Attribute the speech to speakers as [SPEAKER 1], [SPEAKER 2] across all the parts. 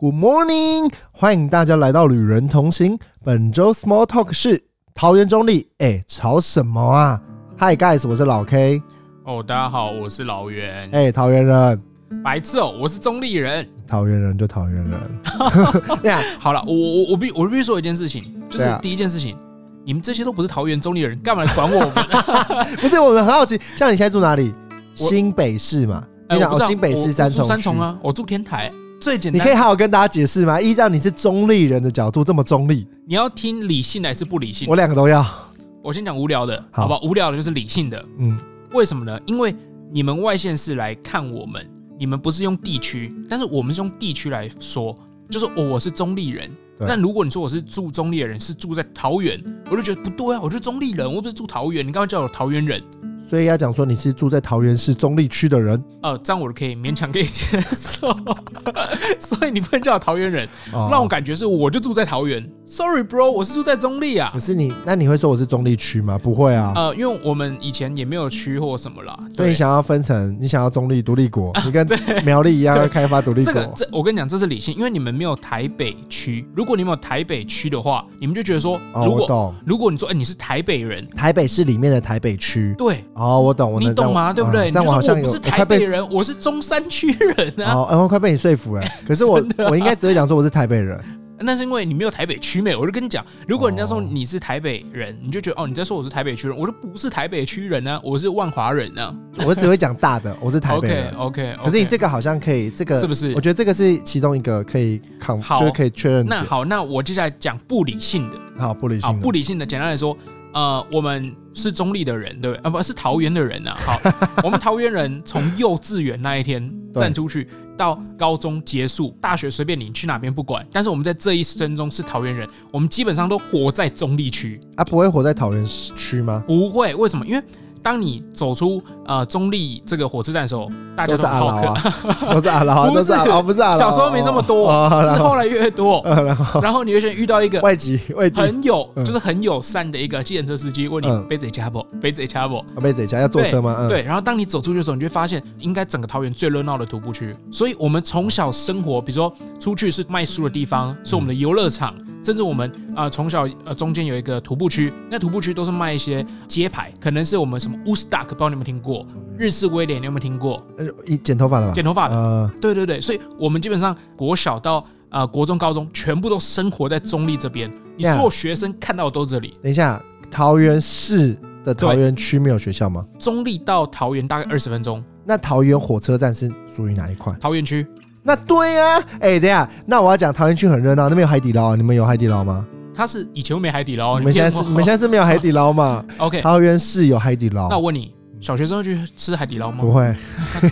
[SPEAKER 1] Good morning，欢迎大家来到旅人同行。本周 Small Talk 是桃园中立，哎，吵什么啊？Hi guys，我是老 K，
[SPEAKER 2] 哦，大家好，我是老袁。
[SPEAKER 1] 哎，桃园人，
[SPEAKER 2] 白痴哦，我是中立人。
[SPEAKER 1] 桃园人就桃园人。呀，
[SPEAKER 2] 好了，我我我必我必须说一件事情，就
[SPEAKER 1] 对
[SPEAKER 2] 是
[SPEAKER 1] 啊
[SPEAKER 2] 第一件事情，你们这些都不是桃园中立人，干嘛来管 我哎们？
[SPEAKER 1] 不是，我们很好奇，像你现在住哪里？
[SPEAKER 2] 我
[SPEAKER 1] 新北市嘛？
[SPEAKER 2] 哎
[SPEAKER 1] 你想
[SPEAKER 2] 我不知
[SPEAKER 1] 哦
[SPEAKER 2] 道
[SPEAKER 1] 新北
[SPEAKER 2] 我
[SPEAKER 1] 市
[SPEAKER 2] 我
[SPEAKER 1] 三重
[SPEAKER 2] 住
[SPEAKER 1] 区
[SPEAKER 2] 三重？啊，我住天台，最简
[SPEAKER 1] 你可以
[SPEAKER 2] 单。
[SPEAKER 1] 好好跟大家解释吗？依照你是中立人的角度，这么中立，
[SPEAKER 2] 你要听理性的还是不理性？
[SPEAKER 1] 我
[SPEAKER 2] 我
[SPEAKER 1] 两个都要。
[SPEAKER 2] 我先讲无聊的，
[SPEAKER 1] 好
[SPEAKER 2] 好吧？无聊的就是理性的，
[SPEAKER 1] 嗯，
[SPEAKER 2] 为什么呢？因为你们外县市来看我们，你们不是用地区，但是我们是用地区来说，就是哦，我是中立人。
[SPEAKER 1] 对
[SPEAKER 2] 那如果你说我是住中立的人，是住在桃园，我就觉得不对啊，我是中立人，我又不是住桃园，你干嘛叫我桃园人？
[SPEAKER 1] 所以要讲说你是住在桃园市中立区的人。
[SPEAKER 2] 呃，这样我可以勉强可以接受， 所以你不能叫我桃园人，
[SPEAKER 1] 哦
[SPEAKER 2] 让我感觉是我就住在桃园。Sorry bro，我是住在中立啊
[SPEAKER 1] 可。是你，那你会说我是中立区吗？不会啊。
[SPEAKER 2] 呃，因为我们以前也没有区或什么啦，
[SPEAKER 1] 所以你想要分成，你想要中立独立国，你跟苗栗一样要开发独立
[SPEAKER 2] 啊这
[SPEAKER 1] 国。
[SPEAKER 2] 个这我跟你讲，这是理性，因为你们没有台北区。如果你们有台北区的话，你们就觉得说，
[SPEAKER 1] 哦，
[SPEAKER 2] 如
[SPEAKER 1] 我
[SPEAKER 2] 果、
[SPEAKER 1] 懂，
[SPEAKER 2] 如果你说，哎、你是台北人，
[SPEAKER 1] 台北市里面的台北区。
[SPEAKER 2] 对。
[SPEAKER 1] 哦，我懂，我能
[SPEAKER 2] 你懂吗？
[SPEAKER 1] 嗯
[SPEAKER 2] 对不对？你
[SPEAKER 1] 这
[SPEAKER 2] 就
[SPEAKER 1] 样我好
[SPEAKER 2] 说
[SPEAKER 1] 像
[SPEAKER 2] 我
[SPEAKER 1] 有
[SPEAKER 2] 不是
[SPEAKER 1] 我
[SPEAKER 2] 台
[SPEAKER 1] 快
[SPEAKER 2] 北
[SPEAKER 1] 被
[SPEAKER 2] 人，我是中山区人啊。
[SPEAKER 1] 哦，哎我快被你说 服了。可是我我应该只会讲说我是台北人。
[SPEAKER 2] 那是因为你没有台北区没有。我就跟你讲，如果人家说
[SPEAKER 1] 哦
[SPEAKER 2] 你是台北人，你就觉得哦，你在说我是台北区人，我就不是台北区人啊，我是万华人啊。
[SPEAKER 1] 我只会讲大的，我是台北
[SPEAKER 2] OK
[SPEAKER 1] 人。
[SPEAKER 2] OK，
[SPEAKER 1] 可是你这个好像可以，这个
[SPEAKER 2] 是不是
[SPEAKER 1] 我觉得这个是其中一个可以抗，
[SPEAKER 2] 好
[SPEAKER 1] 就是可以确认的
[SPEAKER 2] 那
[SPEAKER 1] 点。
[SPEAKER 2] 好，那我接下来讲不理性的。
[SPEAKER 1] 好，不理
[SPEAKER 2] 好，
[SPEAKER 1] 性的
[SPEAKER 2] 不理性的，简单来说，呃，我们是中立的人，对不对？啊，不是桃园的人啊。 好，我们桃园人从幼稚园那一天
[SPEAKER 1] 对
[SPEAKER 2] 站出去，到高中结束，大学随便你去哪边不管，但是我们在这一生中是桃园人，我们基本上都活在中立区，
[SPEAKER 1] 啊，不会活在桃园市区吗？
[SPEAKER 2] 不会为什么？因为当你走出呃中立这个火车站的时候，大家
[SPEAKER 1] 都
[SPEAKER 2] 都
[SPEAKER 1] 是
[SPEAKER 2] 很
[SPEAKER 1] 阿
[SPEAKER 2] 好
[SPEAKER 1] 劳
[SPEAKER 2] 客。
[SPEAKER 1] 啊，都是阿劳啊，
[SPEAKER 2] 不
[SPEAKER 1] 都
[SPEAKER 2] 是
[SPEAKER 1] 是阿劳，不是阿劳。
[SPEAKER 2] 小时候没这么多，
[SPEAKER 1] 哦
[SPEAKER 2] 是
[SPEAKER 1] 然后
[SPEAKER 2] 后来 越多。然后你就先遇到一个
[SPEAKER 1] 外籍外地
[SPEAKER 2] 很有，
[SPEAKER 1] 嗯
[SPEAKER 2] 就是很友善的一个计程车司机问你
[SPEAKER 1] 嗯
[SPEAKER 2] 背着家不？背着家不？
[SPEAKER 1] 啊被嘴夹要坐车吗？嗯，
[SPEAKER 2] 对，然后当你走出去的时候，你就会发现，应该整个桃园最热闹的徒步区。所以，我们从小生活，比如说出去是卖书的地方，是我们的游乐场，甚至我们啊、呃从小呃中间有一个徒步区，那徒步区都是卖一些街牌，可能是我们什么 Woodstock，不知道你有没有听过，日式威廉，你有没有听过？
[SPEAKER 1] 呃，一剪头发了吧？
[SPEAKER 2] 剪头发的，
[SPEAKER 1] 呃，
[SPEAKER 2] 对对对，所以我们基本上国小到啊国中、高中，全部都生活在中立这边。你
[SPEAKER 1] Yeah
[SPEAKER 2] 所有学生看到的都是这里，
[SPEAKER 1] 等一下，桃园市的桃园区没有学校吗？
[SPEAKER 2] 中立到桃园大概二十分钟，
[SPEAKER 1] 那桃园火车站是属于哪一块？
[SPEAKER 2] 桃园区
[SPEAKER 1] 那对啊，哎、等一下，那我要讲桃园区很热闹，那边有海底捞啊，你们有海底捞吗？
[SPEAKER 2] 它是以前又没海底哦捞，
[SPEAKER 1] 你们现在是你们现在是没有海底捞 嘛？
[SPEAKER 2] 在 OK？
[SPEAKER 1] 桃园市有海底
[SPEAKER 2] 那
[SPEAKER 1] 捞
[SPEAKER 2] 我，问你，小学生会去吃海底捞吗
[SPEAKER 1] 嗯不？ 会。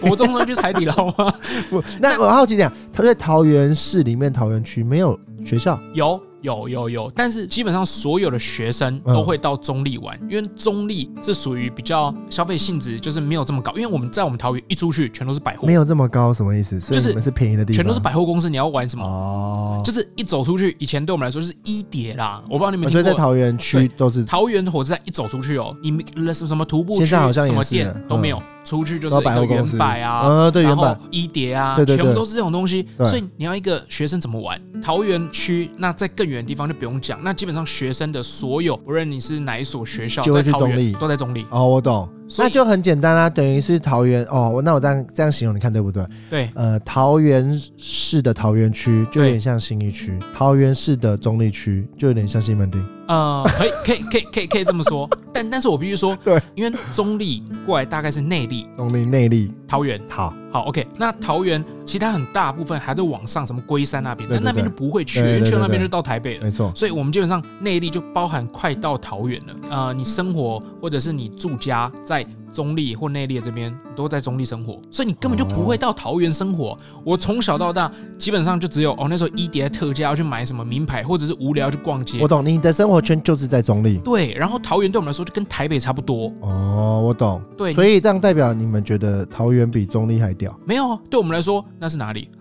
[SPEAKER 2] 国中生会去吃海底捞 吗？
[SPEAKER 1] 不，那我好奇点，他在桃园市里面桃园区没有学校，
[SPEAKER 2] 有有有有，但是基本上所有的学生
[SPEAKER 1] 嗯
[SPEAKER 2] 都会到中立玩，因为中立是属于比较消费性质，就是没有这么高。因为我们在我们桃园一出去全都是百货
[SPEAKER 1] 没，有这么高，什么意思？所以
[SPEAKER 2] 就是
[SPEAKER 1] 你们是便宜的地方，
[SPEAKER 2] 全都是百货公司，你要玩什么？
[SPEAKER 1] 哦，
[SPEAKER 2] 就是一走出去，以前对我们来说就是一叠啦。我不知道你们
[SPEAKER 1] 我
[SPEAKER 2] 听
[SPEAKER 1] 觉得哦在
[SPEAKER 2] 过。
[SPEAKER 1] 桃园区
[SPEAKER 2] 对
[SPEAKER 1] 都是
[SPEAKER 2] 桃园火车站一走出去哦，你们什么什么徒步区、
[SPEAKER 1] 现在好像也
[SPEAKER 2] 什么
[SPEAKER 1] 是
[SPEAKER 2] 店
[SPEAKER 1] 嗯
[SPEAKER 2] 都没有，出去就是
[SPEAKER 1] 都
[SPEAKER 2] 一
[SPEAKER 1] 百
[SPEAKER 2] 个
[SPEAKER 1] 货公司
[SPEAKER 2] 原百啊，
[SPEAKER 1] 呃，对，原
[SPEAKER 2] 然后
[SPEAKER 1] 本
[SPEAKER 2] 一叠啊，
[SPEAKER 1] 对对对
[SPEAKER 2] 全部都是这种东西，
[SPEAKER 1] 对
[SPEAKER 2] 所以你要一个学生怎么玩？桃园区那在更远的地方就不用讲，那基本上学生的所有，不论你是哪一所学校，
[SPEAKER 1] 就会
[SPEAKER 2] 在
[SPEAKER 1] 去
[SPEAKER 2] 桃
[SPEAKER 1] 中立
[SPEAKER 2] 园都在中立，
[SPEAKER 1] 哦，我懂，
[SPEAKER 2] 所
[SPEAKER 1] 那
[SPEAKER 2] 以
[SPEAKER 1] 就很简单啦、啊等于是桃园哦。我那我这样这样形容，你看对不对？
[SPEAKER 2] 对
[SPEAKER 1] 呃，桃园市的桃园区就有点像新义区，
[SPEAKER 2] 嗯
[SPEAKER 1] 桃园市的中立区就有点像西门町。
[SPEAKER 2] 呃，可以可以可以可以可以这么 说，但但是我必须说，
[SPEAKER 1] 对，
[SPEAKER 2] 因为中立过来大概是内力
[SPEAKER 1] 中立内力
[SPEAKER 2] 桃园。
[SPEAKER 1] 好，
[SPEAKER 2] 好，OK，那桃园其他很大部分还在往上，什么龟山那边，
[SPEAKER 1] 对
[SPEAKER 2] 但
[SPEAKER 1] 对
[SPEAKER 2] 那边就
[SPEAKER 1] 对
[SPEAKER 2] 不会去，
[SPEAKER 1] 对对
[SPEAKER 2] 因为去
[SPEAKER 1] 对
[SPEAKER 2] 那边
[SPEAKER 1] 对
[SPEAKER 2] 就到台北了。
[SPEAKER 1] 没错。
[SPEAKER 2] 所以我们基本上内力就包含快到桃园了。呃，你生活或者是你住家在中立或内力这边，你都在中立生活，所以你根本就不会到桃园生活。我从小到大基本上就只有哦那时候一叠特价要去买什么名牌，或者是无聊去逛街
[SPEAKER 1] 我。懂，你的生活圈就是在中立。
[SPEAKER 2] 对，然后桃园对我们来说就跟台北差不多。
[SPEAKER 1] 哦，我懂。
[SPEAKER 2] 对，
[SPEAKER 1] 所以这样代表你们觉得桃园比中立还屌？
[SPEAKER 2] 没有啊，对我们来说那是哪里？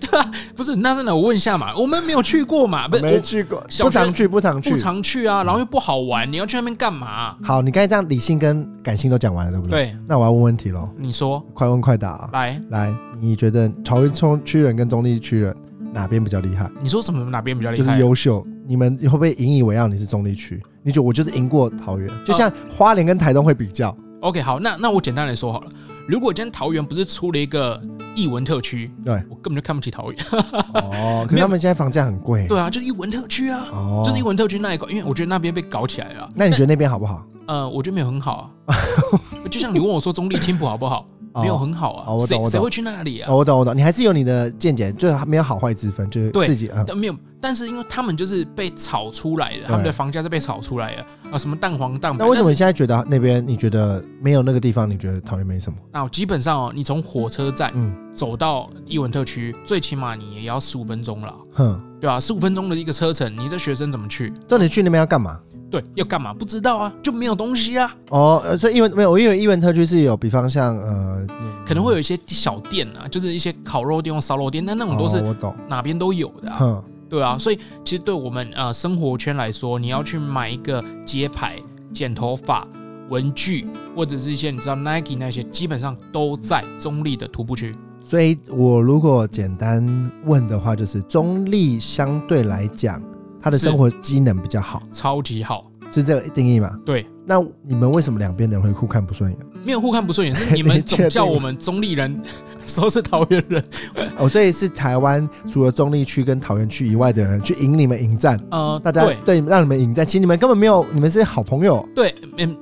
[SPEAKER 2] 对啊，不是那是哪？我问一下嘛，我们没有去过嘛，不是我
[SPEAKER 1] 去过，
[SPEAKER 2] 小
[SPEAKER 1] 不
[SPEAKER 2] 学
[SPEAKER 1] 常去，不常去
[SPEAKER 2] 不。常去啊，然后又不好玩，你要去那边干嘛、
[SPEAKER 1] 好，你刚才这样理性跟感性都讲完了，对不对？
[SPEAKER 2] 对，
[SPEAKER 1] 那我要问问题喽，
[SPEAKER 2] 你说
[SPEAKER 1] 快问快答啊、
[SPEAKER 2] 来，
[SPEAKER 1] 来，你觉得桃园中区人跟中立区人哪边比较厉害？
[SPEAKER 2] 你说什么哪边比较厉
[SPEAKER 1] 就
[SPEAKER 2] 害？
[SPEAKER 1] 是优秀，你们会不会引以为傲你是中立区？你觉得我就是赢过桃园？就像花莲跟台东会比较，
[SPEAKER 2] OK，好，那那我简单来说好了。如果今天桃园不是出了一个艺文特区，
[SPEAKER 1] 对
[SPEAKER 2] 我根本就看不起 桃园。
[SPEAKER 1] 哦，可是他们现在房价很贵，
[SPEAKER 2] 对啊，就是艺文特区啊，
[SPEAKER 1] 哦，
[SPEAKER 2] 就是艺文特区那一块，因为我觉得那边被搞起来了啊。
[SPEAKER 1] 那你觉得那边好不 好？
[SPEAKER 2] 呃，我觉得没有很好 啊。就像你问我说中立青浦好不好，
[SPEAKER 1] 哦
[SPEAKER 2] 没有很好啊。
[SPEAKER 1] 哦我懂我
[SPEAKER 2] 谁
[SPEAKER 1] 懂
[SPEAKER 2] 谁会去那里啊？
[SPEAKER 1] 哦，我懂我懂，你还是有你的见解，就是没有好坏之分，就是
[SPEAKER 2] 对
[SPEAKER 1] 自己嗯
[SPEAKER 2] 但没有，但是因为他们就是被炒出来的，他们的房价是被炒出来的啊，什么蛋黄蛋白。
[SPEAKER 1] 那为什么
[SPEAKER 2] 但
[SPEAKER 1] 你
[SPEAKER 2] 是？
[SPEAKER 1] 现在觉得那边你觉得没有那个地方，你觉得桃园没什么？
[SPEAKER 2] 那基本上哦，你从火车站
[SPEAKER 1] 嗯，
[SPEAKER 2] 走到艺文特区，最起码你也要十五分钟了，
[SPEAKER 1] 哼，
[SPEAKER 2] 对吧、啊？十五分钟的一个车程，你这学生怎么去？
[SPEAKER 1] 那你去那边要干嘛？
[SPEAKER 2] 对，要干嘛？不知道啊，就没有东西啊，
[SPEAKER 1] 哦，呃所以因为没有，因为伊文特区是有，比方像呃，
[SPEAKER 2] 可能会有一些小店啊，就是一些烤肉店或烧肉店，但那种都
[SPEAKER 1] 哦
[SPEAKER 2] 是
[SPEAKER 1] 我懂，
[SPEAKER 2] 哪边都有的、啊，
[SPEAKER 1] 哼，
[SPEAKER 2] 对啊，所以其实对我们呃生活圈来说，你要去买一个街牌、剪头发、文具，或者是一些你知道 Nike 那些，基本上都在中立的徒步区。
[SPEAKER 1] 所以我如果简单问的话，就是中立相对来讲，它的
[SPEAKER 2] 是
[SPEAKER 1] 生活机能比较好，
[SPEAKER 2] 超级好，
[SPEAKER 1] 是这个定义吗？
[SPEAKER 2] 对。
[SPEAKER 1] 那你们为什么两边的人会互看不顺眼？
[SPEAKER 2] 没有互看不顺眼，是 你
[SPEAKER 1] 你
[SPEAKER 2] 们
[SPEAKER 1] 确
[SPEAKER 2] 总叫
[SPEAKER 1] 定
[SPEAKER 2] 我们中立人 说是桃园人，
[SPEAKER 1] 哦，所以是台湾除了中立区跟桃园区以外的人去赢你们迎战，
[SPEAKER 2] 呃，
[SPEAKER 1] 大家
[SPEAKER 2] 对
[SPEAKER 1] 对让你们迎战，其实你们根本没有，你们是好朋友，
[SPEAKER 2] 对，嗯，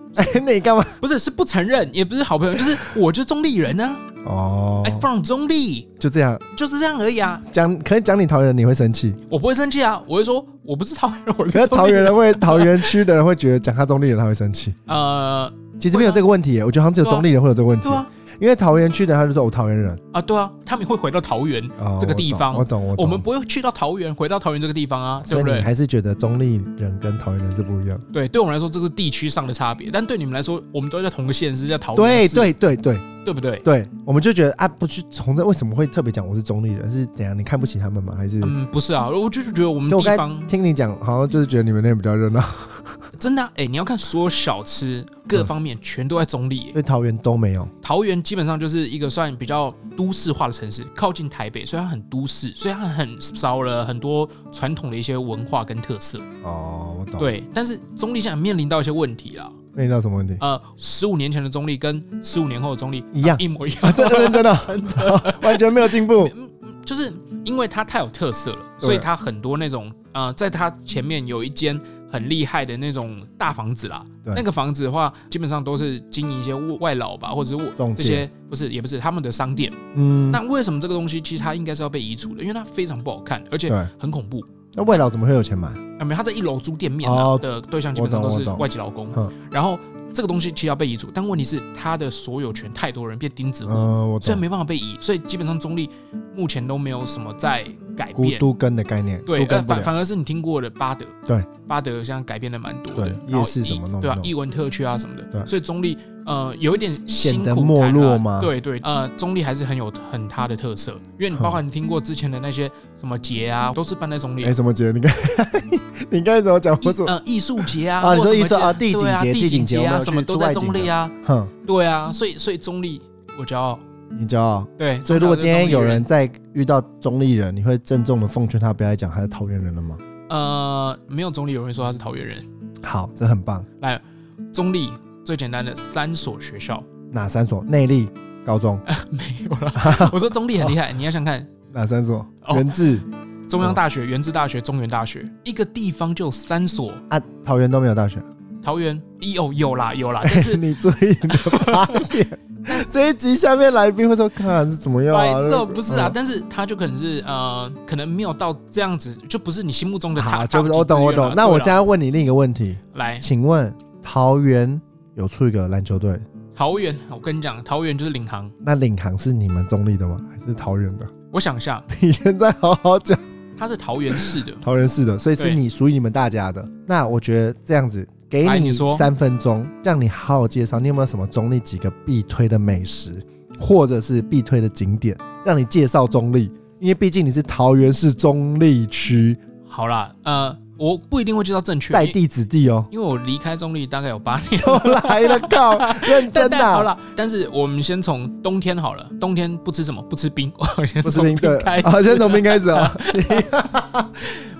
[SPEAKER 1] 那你干嘛？
[SPEAKER 2] 不是是不承认，也不是好朋友，就是我就是中立人啊，
[SPEAKER 1] 哦
[SPEAKER 2] 哎，放中立
[SPEAKER 1] 就这样
[SPEAKER 2] 就是这样而已啊，
[SPEAKER 1] 讲，可能讲你桃园人你会生 气，
[SPEAKER 2] 我不会生气啊，我会说我不是桃园人，我
[SPEAKER 1] 可
[SPEAKER 2] 是
[SPEAKER 1] 是
[SPEAKER 2] 中
[SPEAKER 1] 桃
[SPEAKER 2] 立
[SPEAKER 1] 园
[SPEAKER 2] 人。
[SPEAKER 1] 人会桃园区的人会觉得讲他中立人他会生气，
[SPEAKER 2] 呃，
[SPEAKER 1] 其实没有这个问题耶，我觉得好像只有
[SPEAKER 2] 对啊
[SPEAKER 1] 中立人会有这个问题
[SPEAKER 2] 对，啊，
[SPEAKER 1] 因为桃园区的人他就说我桃园人。
[SPEAKER 2] 啊对啊，他们会回到桃园，
[SPEAKER 1] 哦
[SPEAKER 2] 这个地方
[SPEAKER 1] 我懂，我懂，
[SPEAKER 2] 我
[SPEAKER 1] 懂
[SPEAKER 2] 们，不会去到桃园，回到桃园这个地方啊，对
[SPEAKER 1] 所以
[SPEAKER 2] 不
[SPEAKER 1] 你
[SPEAKER 2] 对？
[SPEAKER 1] 还是觉得中立人跟桃园人是不一样。
[SPEAKER 2] 对，对我们来说这是地区上的差别，但对你们来说，我们都在同个县市，在桃园
[SPEAKER 1] 对
[SPEAKER 2] 市
[SPEAKER 1] 对对对
[SPEAKER 2] 对不对？
[SPEAKER 1] 对，我们就觉得啊，不去从这为什么会特别讲我是中立人？是怎样？你看不起他们吗？还是
[SPEAKER 2] 嗯，不是啊，我就是觉得我们
[SPEAKER 1] 就我
[SPEAKER 2] 地
[SPEAKER 1] 刚
[SPEAKER 2] 方
[SPEAKER 1] 听你讲，好像就是觉得你们那边比较 热闹，
[SPEAKER 2] 真的啊哎、你要看所有小吃各
[SPEAKER 1] 嗯
[SPEAKER 2] 方面全都在中立耶、
[SPEAKER 1] 所以桃园都没有。
[SPEAKER 2] 桃园基本上就是一个算比较都市化的城市，靠近台北，所以它很都市，所以它很少了很多传统的一些文化跟特色。
[SPEAKER 1] 哦，我懂。，
[SPEAKER 2] 对，但是中立现在面临到一些问题啦。
[SPEAKER 1] 那你知道什么问题？
[SPEAKER 2] 呃，十五年前的中立跟十五年后的中立
[SPEAKER 1] 一样，
[SPEAKER 2] 一模一
[SPEAKER 1] 啊
[SPEAKER 2] 样，
[SPEAKER 1] 这 认真的，
[SPEAKER 2] 真的，
[SPEAKER 1] 完全没有进 步。
[SPEAKER 2] 就是因为它太有特色了，
[SPEAKER 1] 对
[SPEAKER 2] 所以它很多那种呃，在它前面有一间很厉害的那种大房子啦，
[SPEAKER 1] 对
[SPEAKER 2] 那个房子的话，基本上都是经营一些外劳吧，或者是
[SPEAKER 1] 中介
[SPEAKER 2] 这些不是也不是他们的商店。
[SPEAKER 1] 嗯，
[SPEAKER 2] 那为什么这个东西其实它应该是要被移除的？因为它非常不好看，而且
[SPEAKER 1] 对
[SPEAKER 2] 很恐怖。
[SPEAKER 1] 那魏老怎么会有钱买？
[SPEAKER 2] 啊，没有，他在一楼租店面啊
[SPEAKER 1] 哦
[SPEAKER 2] 的对象基本上都
[SPEAKER 1] 我
[SPEAKER 2] 是
[SPEAKER 1] 懂我懂
[SPEAKER 2] 外籍劳工
[SPEAKER 1] 嗯，
[SPEAKER 2] 然后这个东西其实要被移除，但问题是它的所有权太多人变钉子户，
[SPEAKER 1] 嗯，我
[SPEAKER 2] 所以
[SPEAKER 1] 懂。
[SPEAKER 2] 没办法被移，所以基本上中立目前都没有什么在改
[SPEAKER 1] 孤
[SPEAKER 2] 变。
[SPEAKER 1] 独根的概念，
[SPEAKER 2] 对，
[SPEAKER 1] 都根
[SPEAKER 2] 呃
[SPEAKER 1] 不
[SPEAKER 2] 反
[SPEAKER 1] 了。
[SPEAKER 2] 反而是你听过的巴德，
[SPEAKER 1] 对，
[SPEAKER 2] 巴德现在改变的蛮多的
[SPEAKER 1] 对，
[SPEAKER 2] 然后
[SPEAKER 1] 夜市什么
[SPEAKER 2] 艺
[SPEAKER 1] 弄
[SPEAKER 2] 对啊
[SPEAKER 1] 弄，
[SPEAKER 2] 艺文特区啊什么
[SPEAKER 1] 对
[SPEAKER 2] 的，所以中立呃有一点辛
[SPEAKER 1] 显得
[SPEAKER 2] 苦
[SPEAKER 1] 没
[SPEAKER 2] 谈啊
[SPEAKER 1] 落吗嗯
[SPEAKER 2] 对对，呃，中立还是很有很它的特色，因为你包括你听过之前的那些什么节啊，都是办在中立
[SPEAKER 1] 哎，，什么节？你该 你该怎么讲？我
[SPEAKER 2] 艺
[SPEAKER 1] 怎么？
[SPEAKER 2] 呃艺术节啊，
[SPEAKER 1] 啊你
[SPEAKER 2] 或
[SPEAKER 1] 说
[SPEAKER 2] 什么
[SPEAKER 1] 艺术
[SPEAKER 2] 节
[SPEAKER 1] 啊地景
[SPEAKER 2] 对
[SPEAKER 1] 节
[SPEAKER 2] 地
[SPEAKER 1] 地
[SPEAKER 2] 景
[SPEAKER 1] 景节
[SPEAKER 2] 节
[SPEAKER 1] 我
[SPEAKER 2] 啊
[SPEAKER 1] 们有
[SPEAKER 2] 什么
[SPEAKER 1] 去
[SPEAKER 2] 都
[SPEAKER 1] 出
[SPEAKER 2] 在
[SPEAKER 1] 外景
[SPEAKER 2] 中立
[SPEAKER 1] 的
[SPEAKER 2] 啊，
[SPEAKER 1] 哼，
[SPEAKER 2] 对啊，所以所以中立我骄傲，
[SPEAKER 1] 你骄傲。
[SPEAKER 2] 对，
[SPEAKER 1] 所以，如果今天有人
[SPEAKER 2] 中
[SPEAKER 1] 再遇到中立人，你会郑重的奉劝他不要再讲他是桃园人了吗？
[SPEAKER 2] 立人呃没有中立有人说他是桃园人，
[SPEAKER 1] 好，这很棒。
[SPEAKER 2] 中立最简单的三所学校
[SPEAKER 1] 哪三所？内 力高中，
[SPEAKER 2] 没 有了，我说中立很厉害，你要想看
[SPEAKER 1] 哪三所？
[SPEAKER 2] 哦
[SPEAKER 1] 原 治
[SPEAKER 2] 中央大学、原治大学、中原大学，一个地方就有三所。
[SPEAKER 1] 啊，桃园都没有大学。
[SPEAKER 2] 桃园一哦有 啦有啦，但是
[SPEAKER 1] 你注意你的发言。这一集下面来宾会说：“看是怎么样
[SPEAKER 2] 白
[SPEAKER 1] 啊？”
[SPEAKER 2] 色不是啊，
[SPEAKER 1] 嗯，
[SPEAKER 2] 但是它就可能是呃，可能没有到这样子，就不是你心目中的他。
[SPEAKER 1] 好，就
[SPEAKER 2] 他
[SPEAKER 1] 是我懂我懂。那我现
[SPEAKER 2] 这样
[SPEAKER 1] 在问你另一个问题，
[SPEAKER 2] 来
[SPEAKER 1] 请问桃园有出一个篮球队，
[SPEAKER 2] 桃园，我跟你讲，桃园就是领航。
[SPEAKER 1] 那领航是你们中立的吗？还是桃园的？
[SPEAKER 2] 我想一下，
[SPEAKER 1] 你现在好好讲。
[SPEAKER 2] 它是桃园市的，
[SPEAKER 1] 桃园市的，所以是
[SPEAKER 2] 对
[SPEAKER 1] 你属于你们大家的。那我觉得这样子，给
[SPEAKER 2] 来你
[SPEAKER 1] 你
[SPEAKER 2] 说
[SPEAKER 1] 三分钟，让你好好介绍你有没有什么中立几个必推的美食，或者是必推的景点，让你 介绍中立。因为毕竟你是桃园市中立区，
[SPEAKER 2] 好啦，呃，我不一定会介绍正确，
[SPEAKER 1] 在
[SPEAKER 2] 因
[SPEAKER 1] 地子弟哦，
[SPEAKER 2] 因为我离开中立大概有八年，
[SPEAKER 1] 又来了，靠，认真
[SPEAKER 2] 但但好
[SPEAKER 1] 的、啊
[SPEAKER 2] 了，但是我们先从冬天好了，冬天不吃什么？不吃冰， 我先
[SPEAKER 1] 不是
[SPEAKER 2] 从
[SPEAKER 1] 冰对，啊
[SPEAKER 2] 开始，
[SPEAKER 1] 好，先从冰开始哦。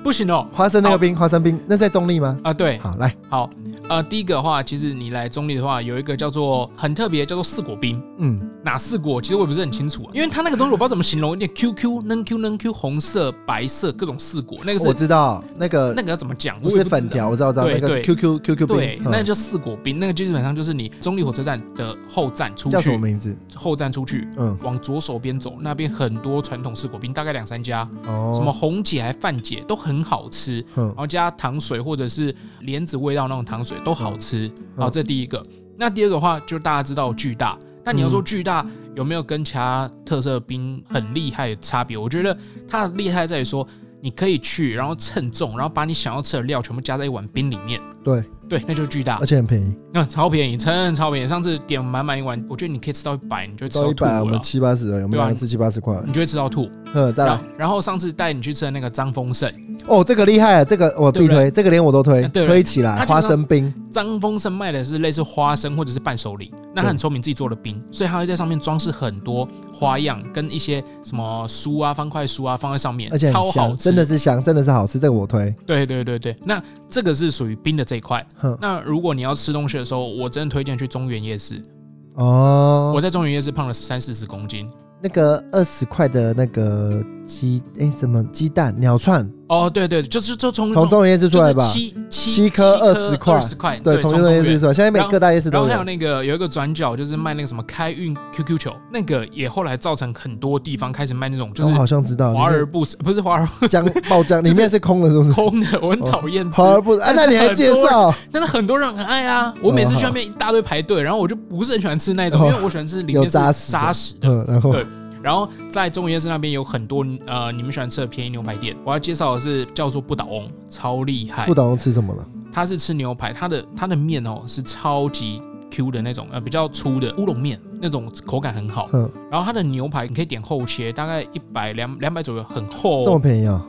[SPEAKER 2] 不行哦
[SPEAKER 1] 花生那个冰，花生冰，那是在中立吗？
[SPEAKER 2] 啊，对，
[SPEAKER 1] 好，来，
[SPEAKER 2] 好，呃，第一个的话，其实你来中立的话，有一个叫做很特别，叫做四果冰。
[SPEAKER 1] 嗯，
[SPEAKER 2] 哪四果？其实我也不是很清楚、啊，因为它那个东西我不知道怎么形容，有点 QQ、能 Q、能 Q，红色、白色各种四果，那个
[SPEAKER 1] 我
[SPEAKER 2] 是
[SPEAKER 1] 知道那个
[SPEAKER 2] 那个要怎么讲？
[SPEAKER 1] 不
[SPEAKER 2] 我也
[SPEAKER 1] 是
[SPEAKER 2] 不知道
[SPEAKER 1] 粉条，我知道，我知道
[SPEAKER 2] 对
[SPEAKER 1] 那个是
[SPEAKER 2] 对
[SPEAKER 1] QQ QQ
[SPEAKER 2] 对
[SPEAKER 1] 冰，，
[SPEAKER 2] 那
[SPEAKER 1] 嗯
[SPEAKER 2] 叫四果冰，那个基本上就是你中立火车站的后站出
[SPEAKER 1] 叫什么
[SPEAKER 2] 去，
[SPEAKER 1] 名字？
[SPEAKER 2] 后站出去
[SPEAKER 1] 嗯，
[SPEAKER 2] 往左手边走，那边很多传统四果冰，大概两三家，
[SPEAKER 1] 哦，
[SPEAKER 2] 什么红姐还范姐都很好吃，
[SPEAKER 1] 嗯
[SPEAKER 2] 然？后加糖水或者是莲子味道那种糖水都好吃。
[SPEAKER 1] 嗯
[SPEAKER 2] 好，这第一个。那第二个的话，就大家知道巨大。但你要
[SPEAKER 1] 嗯
[SPEAKER 2] 说巨大有没有跟其他特色冰很厉害的差别？我觉得它的厉害在于说，你可以去，然后称重，然后把你想要吃的料全部加在一碗冰里面。
[SPEAKER 1] 对，呃
[SPEAKER 2] 对，那就是巨大
[SPEAKER 1] 而，且很便宜，
[SPEAKER 2] 那、超便宜，真的超便宜。上次点满满一碗，我觉得你可以吃到一百，你就会吃
[SPEAKER 1] 到
[SPEAKER 2] 到
[SPEAKER 1] 一
[SPEAKER 2] 吐
[SPEAKER 1] 百，我
[SPEAKER 2] 了
[SPEAKER 1] 们，七八十而已，我们
[SPEAKER 2] 对啊啊
[SPEAKER 1] 两个吃七八十块而已。
[SPEAKER 2] 你就会吃到吐。
[SPEAKER 1] 嗯，再来
[SPEAKER 2] 然后。然后上次带你去吃的那个张丰盛，
[SPEAKER 1] 哦，这个厉害，这个我必
[SPEAKER 2] 对不
[SPEAKER 1] 推，这个连我都推，
[SPEAKER 2] 对不对
[SPEAKER 1] 推起来
[SPEAKER 2] 它基
[SPEAKER 1] 花
[SPEAKER 2] 本上
[SPEAKER 1] 生冰，
[SPEAKER 2] 张丰盛卖的是类似花生或者是伴手礼，那他很聪明，自己做的冰，所以他会在上面装饰很多花样，跟一些什么书啊、方块书啊放在上面，
[SPEAKER 1] 而且
[SPEAKER 2] 超
[SPEAKER 1] 很
[SPEAKER 2] 好
[SPEAKER 1] 香，
[SPEAKER 2] 吃，
[SPEAKER 1] 真的。是香，真的是好吃，这个我推。
[SPEAKER 2] 对对对对，那这个是属于冰的这一块
[SPEAKER 1] 哼。
[SPEAKER 2] 那如果你要吃东西的时候，我真的推荐去中原夜市。
[SPEAKER 1] 哦
[SPEAKER 2] 我，在中原夜市胖了三四十公斤。
[SPEAKER 1] 那个二十块的那个鸡，哎，什么鸡蛋鸟串，
[SPEAKER 2] 哦，对对，就是就从
[SPEAKER 1] 从中午夜市出来吧
[SPEAKER 2] 就是？七七
[SPEAKER 1] 七颗20块
[SPEAKER 2] 二十块，
[SPEAKER 1] 对，从
[SPEAKER 2] 从
[SPEAKER 1] 中午
[SPEAKER 2] 中
[SPEAKER 1] 夜市
[SPEAKER 2] 原。
[SPEAKER 1] 出来，现在每
[SPEAKER 2] 然后
[SPEAKER 1] 各大夜市
[SPEAKER 2] 然
[SPEAKER 1] 都
[SPEAKER 2] 后还有
[SPEAKER 1] 有。
[SPEAKER 2] 那个有一个转角，就是卖那个什么开运 QQ 球，那个也后来造成很多地方开始卖那种就
[SPEAKER 1] 我
[SPEAKER 2] 是
[SPEAKER 1] 哦好像知道，
[SPEAKER 2] 华而不实，不是华而不
[SPEAKER 1] 浆
[SPEAKER 2] 实，
[SPEAKER 1] 爆浆
[SPEAKER 2] 就是
[SPEAKER 1] 里面是空的，是不是？
[SPEAKER 2] 空的，我很讨厌吃
[SPEAKER 1] 华。而不实，啊，那你还介绍？
[SPEAKER 2] 但是很多人很爱啊，我每次去那边一大堆排队，然后我就不是很喜欢吃那种，
[SPEAKER 1] 哦
[SPEAKER 2] 因为我喜欢吃里面
[SPEAKER 1] 有
[SPEAKER 2] 是
[SPEAKER 1] 扎实的
[SPEAKER 2] 扎实的。
[SPEAKER 1] 嗯，然后
[SPEAKER 2] 对然后在中午夜市那边有很多呃你们喜欢吃的便宜牛排店，我要介绍的是叫做不倒翁，超厉害
[SPEAKER 1] 不。懂吃什么了？
[SPEAKER 2] 他是吃牛排，他的他的面哦是超级 Q 的那种，呃比较粗的乌龙面那种口感很好。
[SPEAKER 1] 嗯，
[SPEAKER 2] 然后他的牛排你可以点厚切，大概一百两两百左右，很厚哦、
[SPEAKER 1] 这么便宜啊？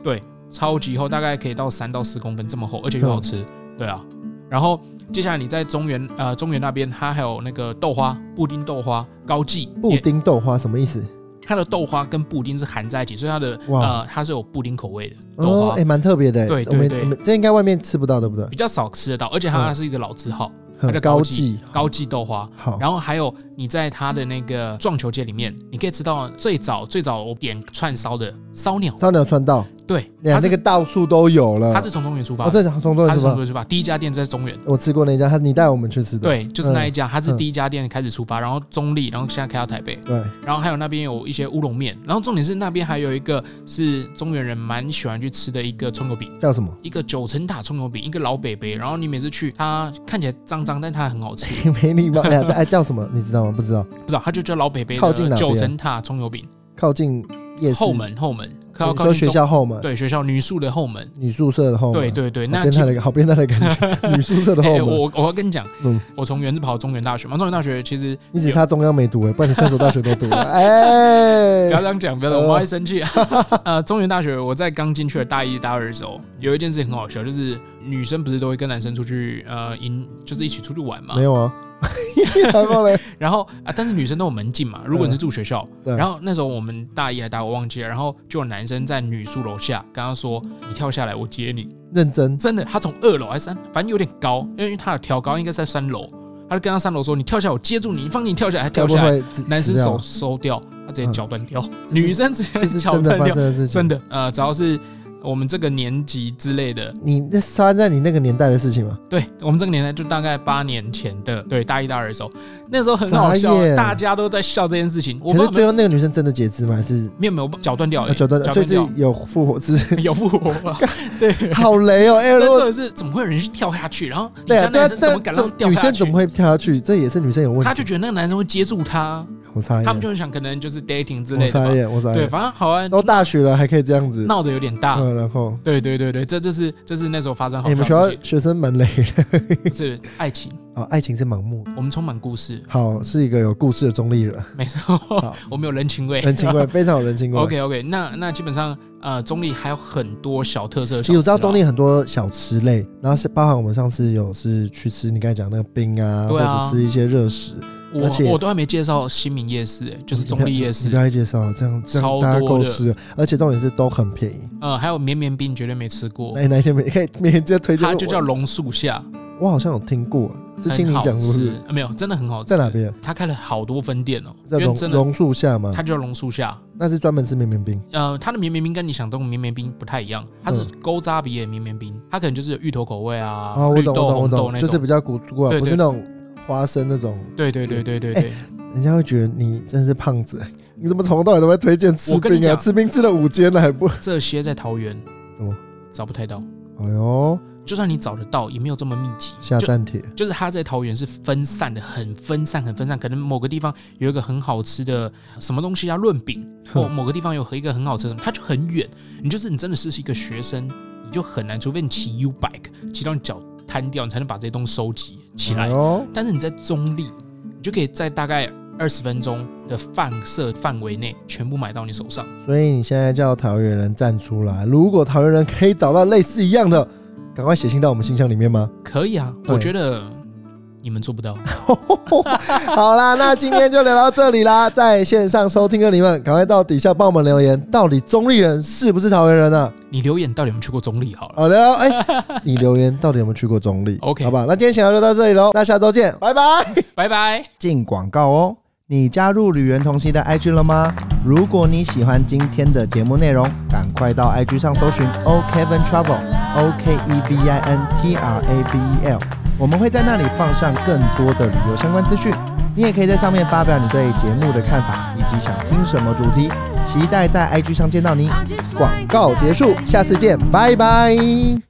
[SPEAKER 2] 超级厚，大概可以到三到四公分这么厚，而且又好吃。
[SPEAKER 1] 嗯
[SPEAKER 2] 对啊，然后接下来你在中原呃中原那边，它还有那个豆花布丁豆花高记
[SPEAKER 1] 布丁豆花什么意思？
[SPEAKER 2] 它的豆花跟布丁是含在一起，所以它的
[SPEAKER 1] 哇
[SPEAKER 2] 呃它是有布丁口味的豆
[SPEAKER 1] 哦
[SPEAKER 2] 花，，
[SPEAKER 1] 哎，蛮特别的。
[SPEAKER 2] 对
[SPEAKER 1] 我们
[SPEAKER 2] 对对
[SPEAKER 1] 我们这应该外面吃不到，对不对
[SPEAKER 2] 比？较少吃得到，而且它是一个老字号，它
[SPEAKER 1] 很
[SPEAKER 2] 叫
[SPEAKER 1] 高
[SPEAKER 2] 记
[SPEAKER 1] 级，
[SPEAKER 2] 高记豆花。
[SPEAKER 1] 好，
[SPEAKER 2] 然后还有你在它的那个撞球街里面，你可以吃到最早最早我点串烧的烧鸟，
[SPEAKER 1] 烧鸟串到，
[SPEAKER 2] 对，
[SPEAKER 1] 呀，
[SPEAKER 2] 它
[SPEAKER 1] 这
[SPEAKER 2] 是
[SPEAKER 1] 个到处都有了。
[SPEAKER 2] 它是从中原出发
[SPEAKER 1] 哦，这
[SPEAKER 2] 的，
[SPEAKER 1] 是从中原
[SPEAKER 2] 它是
[SPEAKER 1] 是
[SPEAKER 2] 从
[SPEAKER 1] 吧
[SPEAKER 2] 中？原出发，第一家店在中原。
[SPEAKER 1] 我吃过那一家，他你带我们去吃的。
[SPEAKER 2] 对，就是那一家，它是
[SPEAKER 1] 嗯
[SPEAKER 2] 第一家店开始出发，然后中立，然后现在开到台北，
[SPEAKER 1] 对，
[SPEAKER 2] 然后还有那边有一些乌龙面，然后重点是那边还有一个是中原人蛮喜欢去吃的一个葱油饼，
[SPEAKER 1] 叫什么？
[SPEAKER 2] 一个九层塔葱油饼，一个老北北，然后你每次去它看起来脏脏，但它 很好吃，
[SPEAKER 1] 没礼 貌。哎呀，这哎叫什么？你知道吗？不知道。
[SPEAKER 2] 不知道它就叫老北北
[SPEAKER 1] 靠近
[SPEAKER 2] 的
[SPEAKER 1] 哪边啊
[SPEAKER 2] 九层塔葱油饼，
[SPEAKER 1] 靠近夜市
[SPEAKER 2] 后，门后门，靠
[SPEAKER 1] 你说
[SPEAKER 2] 靠近
[SPEAKER 1] 哦学
[SPEAKER 2] 中
[SPEAKER 1] 校后门，
[SPEAKER 2] 对学校女宿的后门，
[SPEAKER 1] 女宿舍的后门。哦
[SPEAKER 2] 对，对对，
[SPEAKER 1] 好
[SPEAKER 2] 那
[SPEAKER 1] 变
[SPEAKER 2] 基
[SPEAKER 1] 态的，好变态的感 觉。女宿舍的
[SPEAKER 2] 哎
[SPEAKER 1] 后门，
[SPEAKER 2] 我我要跟你讲
[SPEAKER 1] 嗯，
[SPEAKER 2] 我从原是跑中原大学嘛，中原大学其实
[SPEAKER 1] 你只差中央没读哎，不然你三所大学都读 了。哎
[SPEAKER 2] 不要，这样讲，不要这样，我妈会生气。 呃，中原大学，我在刚进去的大一、大二的时候，有一件事情很好笑，就是女生不是都会跟男生出去呃，迎就是一起出去玩嘛
[SPEAKER 1] 没。有啊。 然后嘞，
[SPEAKER 2] 然后啊，但是女生都有门禁嘛，如果你是住学校，
[SPEAKER 1] 对
[SPEAKER 2] 然后那时候我们大一还大二我忘记了，然后就有男生在女宿楼下跟她说：“你跳下来，我接你。
[SPEAKER 1] 认”真，
[SPEAKER 2] 真的，他从二楼还是三，反正有点高，因为他有挑高，应该是在三楼。他就跟他三楼说：“你跳下来，我接住你，放你跳下来，还
[SPEAKER 1] 该
[SPEAKER 2] 跳
[SPEAKER 1] 不
[SPEAKER 2] 下来。
[SPEAKER 1] 会只”
[SPEAKER 2] 男生
[SPEAKER 1] 死掉
[SPEAKER 2] 手
[SPEAKER 1] 了
[SPEAKER 2] 收掉，他直接
[SPEAKER 1] 嗯
[SPEAKER 2] 脚断掉，女生直
[SPEAKER 1] 这
[SPEAKER 2] 接
[SPEAKER 1] 是
[SPEAKER 2] 脚
[SPEAKER 1] 真的
[SPEAKER 2] 断
[SPEAKER 1] 发
[SPEAKER 2] 掉
[SPEAKER 1] 生。的事情，
[SPEAKER 2] 真。的，呃，只要是我们这个年级之类的，
[SPEAKER 1] 你那是发生在你那个年代的事情吗？
[SPEAKER 2] 对我们这个年代，就大概八年前的，对大一大二的时候，那时候很好
[SPEAKER 1] 傻
[SPEAKER 2] 笑
[SPEAKER 1] 眼，
[SPEAKER 2] 大家都在笑这件事情。我不
[SPEAKER 1] 可是
[SPEAKER 2] 知道有没
[SPEAKER 1] 最
[SPEAKER 2] 有
[SPEAKER 1] 后那个女生真的截肢吗？还是
[SPEAKER 2] 没有没有我脚断掉
[SPEAKER 1] 啊
[SPEAKER 2] 了，
[SPEAKER 1] 脚断了？
[SPEAKER 2] 脚
[SPEAKER 1] 所以
[SPEAKER 2] 断
[SPEAKER 1] 是
[SPEAKER 2] 掉，
[SPEAKER 1] 有复活， 只是
[SPEAKER 2] 有复 活了。对，
[SPEAKER 1] 好雷哦！哎，
[SPEAKER 2] 真
[SPEAKER 1] 如果
[SPEAKER 2] 的是怎么会有人去跳下去？然后底
[SPEAKER 1] 对
[SPEAKER 2] 下
[SPEAKER 1] 啊，对
[SPEAKER 2] 男
[SPEAKER 1] 啊，
[SPEAKER 2] 生怎么
[SPEAKER 1] 但
[SPEAKER 2] 敢让他
[SPEAKER 1] 这
[SPEAKER 2] 掉
[SPEAKER 1] 女
[SPEAKER 2] 下
[SPEAKER 1] 生怎么
[SPEAKER 2] 去？
[SPEAKER 1] 会跳下去？这也是女生有问
[SPEAKER 2] 他
[SPEAKER 1] 题。
[SPEAKER 2] 就觉得那个男生会接住他，
[SPEAKER 1] 我傻眼，
[SPEAKER 2] 他们就很想可能就是 dating 之
[SPEAKER 1] 我
[SPEAKER 2] 类的
[SPEAKER 1] 傻
[SPEAKER 2] 吧。
[SPEAKER 1] 眼，我傻哦嗯
[SPEAKER 2] 对，
[SPEAKER 1] 眼。
[SPEAKER 2] 反正好啊，
[SPEAKER 1] 都大学了还可以这样子，
[SPEAKER 2] 闹得有点大，
[SPEAKER 1] 合了碰。
[SPEAKER 2] 对对对对，这这是这是那时候发生好
[SPEAKER 1] 哎你们
[SPEAKER 2] 笑
[SPEAKER 1] 学
[SPEAKER 2] 的
[SPEAKER 1] 校
[SPEAKER 2] 事情，
[SPEAKER 1] 学生蛮累的
[SPEAKER 2] 是爱情，
[SPEAKER 1] 哦，爱情是盲目的。
[SPEAKER 2] 我们充满故事，
[SPEAKER 1] 好，是一个有故事的中立人，
[SPEAKER 2] 没错，哦我们有人情味，
[SPEAKER 1] 人情 味非常有人情味。
[SPEAKER 2] OK OK，那那基本上呃，中立还有很多小特色的
[SPEAKER 1] 其实
[SPEAKER 2] 小吃啊啦。
[SPEAKER 1] 我知道中立很多小吃类，然后是包含我们上次有是去吃你刚才讲那个冰啊，
[SPEAKER 2] 对啊
[SPEAKER 1] 或者是一些热食，而且
[SPEAKER 2] 我我都还没介绍新民夜市、哎就是中立夜
[SPEAKER 1] 你
[SPEAKER 2] 市
[SPEAKER 1] 不，要介绍，这样这样
[SPEAKER 2] 超
[SPEAKER 1] 大家
[SPEAKER 2] 多
[SPEAKER 1] 够
[SPEAKER 2] 的
[SPEAKER 1] 吃了，而且重点是都很便宜。
[SPEAKER 2] 呃，还有绵绵冰，绝对没吃过
[SPEAKER 1] 那，你哪一些你可以每天就推荐我？
[SPEAKER 2] 它就叫榕树下，
[SPEAKER 1] 我好像有听过，是听
[SPEAKER 2] 很
[SPEAKER 1] 你
[SPEAKER 2] 好
[SPEAKER 1] 讲过是不
[SPEAKER 2] 吃
[SPEAKER 1] 是，
[SPEAKER 2] 呃没有，真的很好吃。
[SPEAKER 1] 在哪？边？
[SPEAKER 2] 它开了好多分店哦、
[SPEAKER 1] 在
[SPEAKER 2] 因为
[SPEAKER 1] 榕
[SPEAKER 2] 真的
[SPEAKER 1] 榕树下吗？
[SPEAKER 2] 它就叫榕树下。
[SPEAKER 1] 那是专门吃绵绵冰
[SPEAKER 2] 呃，它的绵绵冰跟你想的那种绵绵冰不太一样，它是勾扎鼻的绵绵冰，它可能就是有芋头口味啊，
[SPEAKER 1] 哦，我
[SPEAKER 2] 绿
[SPEAKER 1] 懂我
[SPEAKER 2] 豆
[SPEAKER 1] 懂我
[SPEAKER 2] 红豆
[SPEAKER 1] 懂，
[SPEAKER 2] 那
[SPEAKER 1] 就
[SPEAKER 2] 种。
[SPEAKER 1] 是比较古古老，
[SPEAKER 2] 对
[SPEAKER 1] 不是
[SPEAKER 2] 对
[SPEAKER 1] 那种花生那种，
[SPEAKER 2] 对对对对对
[SPEAKER 1] 哎
[SPEAKER 2] 对，
[SPEAKER 1] 人家会觉得你真是胖子。 你怎么从头到尾都在推荐吃
[SPEAKER 2] 我跟你
[SPEAKER 1] 冰啊？
[SPEAKER 2] 讲
[SPEAKER 1] 吃冰吃了五间了还不？
[SPEAKER 2] 这些在桃园
[SPEAKER 1] 怎么
[SPEAKER 2] 找不太到，
[SPEAKER 1] 哎呦，
[SPEAKER 2] 就算你找得到，也没有这么密集。
[SPEAKER 1] 下
[SPEAKER 2] 就
[SPEAKER 1] 站帖
[SPEAKER 2] 就是它在桃园是分散的，很分散，很分散。可能某个地方有一个很好吃的什么东西啊，润饼，
[SPEAKER 1] 哼
[SPEAKER 2] 或某个地方有和一个很好吃的，它就很远。你就是你真的是一个学生，你就很难，除非你骑 U bike，骑到你脚瘫掉，你才能把这些东西收集起来
[SPEAKER 1] 哎。呦，
[SPEAKER 2] 但是你在中立，你就可以在大概二十分钟的放射范围内全部买到你手上。
[SPEAKER 1] 所以你现在叫桃园人站出来，如果桃园人可以找到类似一样的，赶快写信到我们信箱里面吗？
[SPEAKER 2] 可以啊，
[SPEAKER 1] 对
[SPEAKER 2] 我觉得你们做不到。
[SPEAKER 1] 好啦，那今天就聊到这里啦，在线上收听的你们，赶快到底下帮我们留言，到底中立人是不是桃园人呢、
[SPEAKER 2] 你留言到底有没有去过中立好了。
[SPEAKER 1] 好的，哎、你留言到底有没有去过中立
[SPEAKER 2] OK
[SPEAKER 1] 好吧，那今天闲聊就到这里喽，那下周见，拜拜。
[SPEAKER 2] 拜拜。
[SPEAKER 1] 进广告哦。你加入旅人同行的 IG 了吗？如果你喜欢今天的节目内容，赶快到 IG 上搜寻 O Kevin Travel O K E V I N T R A V E L，我们会在那里放上更多的旅游相关资讯。你也可以在上面发表你对节目的看法，以及想听什么主题。期待在 IG 上见到你。广告结束，下次见，拜拜。